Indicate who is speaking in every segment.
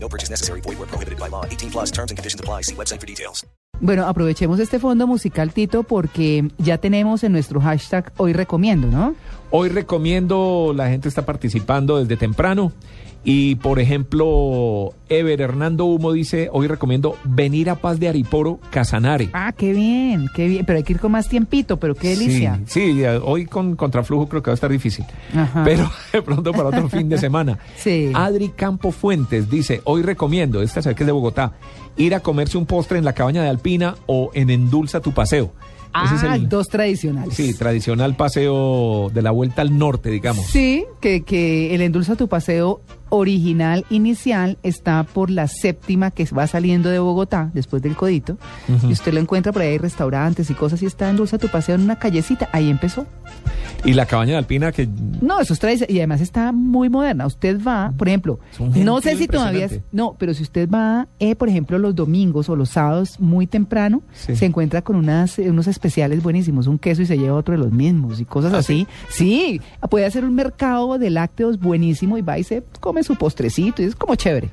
Speaker 1: No purchase necessary. Void where prohibited by law. 18 plus terms and conditions apply. See website for details.
Speaker 2: Bueno, aprovechemos este fondo musical, Tito, porque ya tenemos en nuestro hashtag Hoy Recomiendo, ¿no?
Speaker 3: Hoy recomiendo, la gente está participando desde temprano. Y por ejemplo, Ever Hernando Humo dice, hoy recomiendo venir a Paz de Ariporo, Casanare.
Speaker 2: Ah, qué bien, qué bien. Pero hay que ir con más tiempito, pero qué delicia.
Speaker 3: Sí, sí, hoy con contraflujo creo que va a estar difícil.
Speaker 2: Ajá.
Speaker 3: Pero de pronto para otro fin de semana.
Speaker 2: Sí.
Speaker 3: Adri Campo Fuentes dice, hoy recomiendo, esta se ve que es de Bogotá, ir a comerse un postre en la cabaña de Alpina o en Endulza tu paseo.
Speaker 2: Ah,
Speaker 3: Ese es el-
Speaker 2: dos tradicionales.
Speaker 3: Sí, tradicional paseo de la vuelta al norte, digamos.
Speaker 2: Sí, que, que el Endulza tu Paseo original inicial está por la séptima que va saliendo de Bogotá después del Codito. Y usted lo encuentra por ahí, hay restaurantes y cosas. Y está Endulza tu Paseo en una callecita. Ahí empezó.
Speaker 3: Y la cabaña de Alpina que...
Speaker 2: No, eso es tradición. Y además está muy moderna. Usted va, por ejemplo,
Speaker 3: Es un gentío
Speaker 2: no sé si todavía. es-
Speaker 3: impresionante.
Speaker 2: No, pero si usted va, eh, por ejemplo, los domingos o los sábados muy temprano,
Speaker 3: Sí.
Speaker 2: se encuentra con unas, eh, unos especiales buenísimos, un queso y se lleva otro de los mismos y cosas
Speaker 3: ¿Ah,
Speaker 2: así. Sí, puede hacer un mercado de lácteos buenísimo y va y se come su postrecito y es como chévere.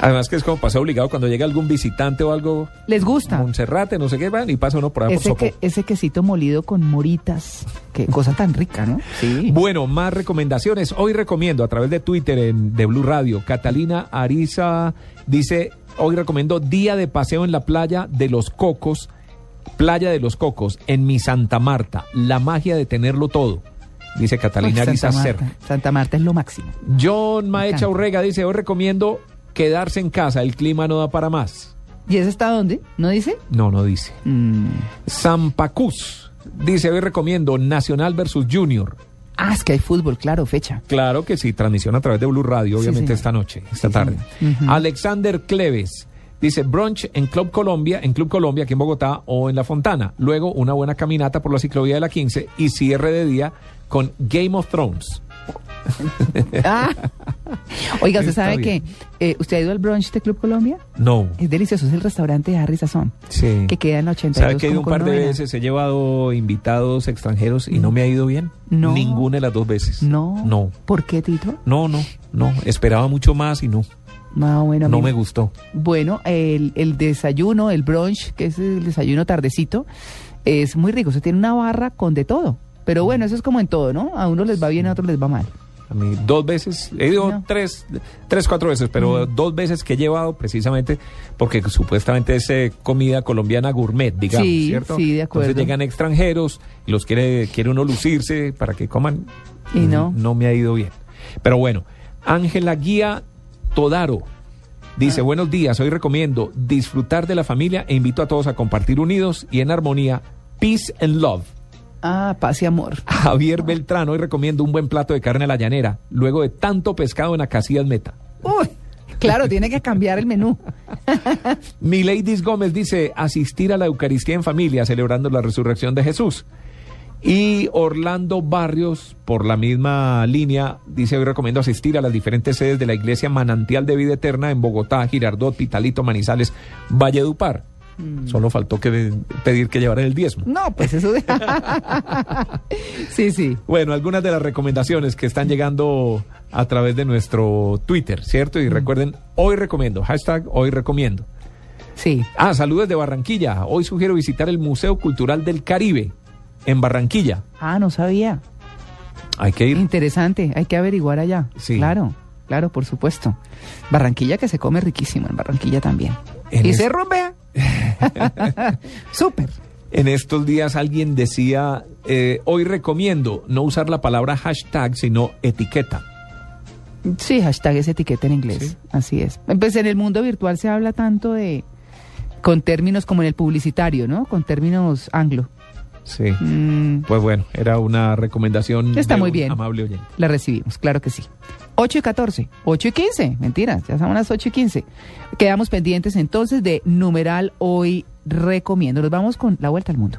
Speaker 3: Además que es como paseo obligado cuando llega algún visitante o algo...
Speaker 2: ¿Les gusta?
Speaker 3: Monserrate, no sé qué, van y pasa uno ah, por ahí por
Speaker 2: Ese,
Speaker 3: Sopó.
Speaker 2: que- ese quesito molido con moritas, qué cosa tan rica, ¿no? Sí.
Speaker 3: Bueno, más recomendaciones. Hoy recomiendo a través de Twitter en, de Blue Radio. Catalina Ariza dice, hoy recomiendo día de paseo en la playa de los Cocos, playa de los Cocos, en mi Santa Marta. La magia de tenerlo todo, dice Catalina Ariza
Speaker 2: Santa
Speaker 3: Cer.
Speaker 2: Marta, Santa Marta es lo máximo.
Speaker 3: John Maecha
Speaker 2: encanta.
Speaker 3: Urrega dice, hoy recomiendo quedarse en casa, el clima no da para más.
Speaker 2: ¿Y ese está dónde? ¿No dice?
Speaker 3: No, no dice.
Speaker 2: Mm.
Speaker 3: Zampacús dice, hoy recomiendo Nacional versus Junior.
Speaker 2: Ah, es que hay fútbol, claro, fecha.
Speaker 3: Claro que sí, transmisión a través de Blue Radio,
Speaker 2: Sí,
Speaker 3: obviamente
Speaker 2: señor.
Speaker 3: esta noche, esta
Speaker 2: Sí,
Speaker 3: tarde.
Speaker 2: señor. Ujú.
Speaker 3: Alexander Cleves dice brunch en Club Colombia, en Club Colombia aquí en Bogotá o en La Fontana. Luego una buena caminata por la ciclovía de la 15 y cierre de día con Game of Thrones.
Speaker 2: Ah. Oiga, usted
Speaker 3: Está
Speaker 2: sabe
Speaker 3: bien.
Speaker 2: que eh, usted ha ido al brunch de Club Colombia.
Speaker 3: No.
Speaker 2: Es delicioso, es el restaurante de Harry Sazón,
Speaker 3: Sí.
Speaker 2: que queda en la 82.
Speaker 3: Mm. ¿Sabe que he ido un
Speaker 2: como
Speaker 3: par
Speaker 2: con
Speaker 3: de
Speaker 2: novena.
Speaker 3: veces? He llevado invitados extranjeros y no me ha ido bien.
Speaker 2: No.
Speaker 3: Ninguna de las dos veces.
Speaker 2: No.
Speaker 3: No.
Speaker 2: ¿Por qué, Tito?
Speaker 3: No, no, no. Esperaba mucho más y no.
Speaker 2: No, Ah, bueno, a
Speaker 3: No
Speaker 2: mí-
Speaker 3: me gustó.
Speaker 2: Bueno, el, el desayuno, el brunch, que es el desayuno tardecito, es muy rico. Se tiene una barra con de todo. Pero bueno, eso es como en todo, ¿no? A uno les va bien, a otros les va mal.
Speaker 3: A mí dos veces, he ido
Speaker 2: No. Mm.
Speaker 3: tres, tres, cuatro veces, pero dos veces que he llevado precisamente porque supuestamente es eh, comida colombiana gourmet, digamos,
Speaker 2: Sí,
Speaker 3: ¿cierto?
Speaker 2: sí, de acuerdo.
Speaker 3: Entonces llegan extranjeros, los quiere, quiere uno lucirse para que coman.
Speaker 2: Y no.
Speaker 3: Mm, No me ha ido bien. Pero bueno, Ángela Guía Todaro. Dice,
Speaker 2: Ah.
Speaker 3: buenos días, hoy recomiendo disfrutar de la familia e invito a todos a compartir unidos y en armonía, peace and love.
Speaker 2: Ah, paz y amor.
Speaker 3: Javier Beltrán, hoy recomiendo un buen plato de carne a la llanera, luego de tanto pescado en Acacias Meta.
Speaker 2: Uy, claro, tiene que cambiar el menú.
Speaker 3: Mileidis Gómez dice, asistir a la Eucaristía en familia, celebrando la resurrección de Jesús. Y Orlando Barrios, por la misma línea, dice, hoy recomiendo asistir a las diferentes sedes de la Iglesia Manantial de Vida Eterna en Bogotá, Girardot, Pitalito, Manizales, Valledupar. Solo faltó que de- pedir que llevaran el diezmo.
Speaker 2: No, pues eso de... sí, sí.
Speaker 3: Bueno, algunas de las recomendaciones que están llegando a través de nuestro Twitter, ¿cierto?
Speaker 2: Mm.
Speaker 3: Y recuerden, hoy recomiendo, hashtag hoy recomiendo.
Speaker 2: Sí.
Speaker 3: Ah, saludos de Barranquilla. Hoy sugiero visitar el Museo Cultural del Caribe en Barranquilla.
Speaker 2: Ah, no sabía.
Speaker 3: Hay que
Speaker 2: Mm.
Speaker 3: ir.
Speaker 2: Interesante. Hay que averiguar allá.
Speaker 3: Sí.
Speaker 2: Claro, claro, por supuesto. Barranquilla que se come riquísimo en Barranquilla también.
Speaker 3: En
Speaker 2: y
Speaker 3: es-
Speaker 2: se rumbea. Súper.
Speaker 3: En estos días alguien decía, eh, hoy recomiendo no usar la palabra hashtag, sino etiqueta.
Speaker 2: Sí, hashtag es etiqueta en inglés.
Speaker 3: Sí.
Speaker 2: Así es. Pues en el mundo virtual se habla tanto de... Con términos como en el publicitario, ¿no? Con términos anglo.
Speaker 3: Sí.
Speaker 2: Mm,
Speaker 3: Pues bueno, era una recomendación
Speaker 2: Está
Speaker 3: de
Speaker 2: muy
Speaker 3: un
Speaker 2: bien.
Speaker 3: amable oyente.
Speaker 2: La recibimos, claro que sí. 8 y 14, 8 y 15, mentiras, ya son las 8 y 15. Quedamos pendientes entonces de numeral hoy recomiendo. Nos vamos con la vuelta al mundo.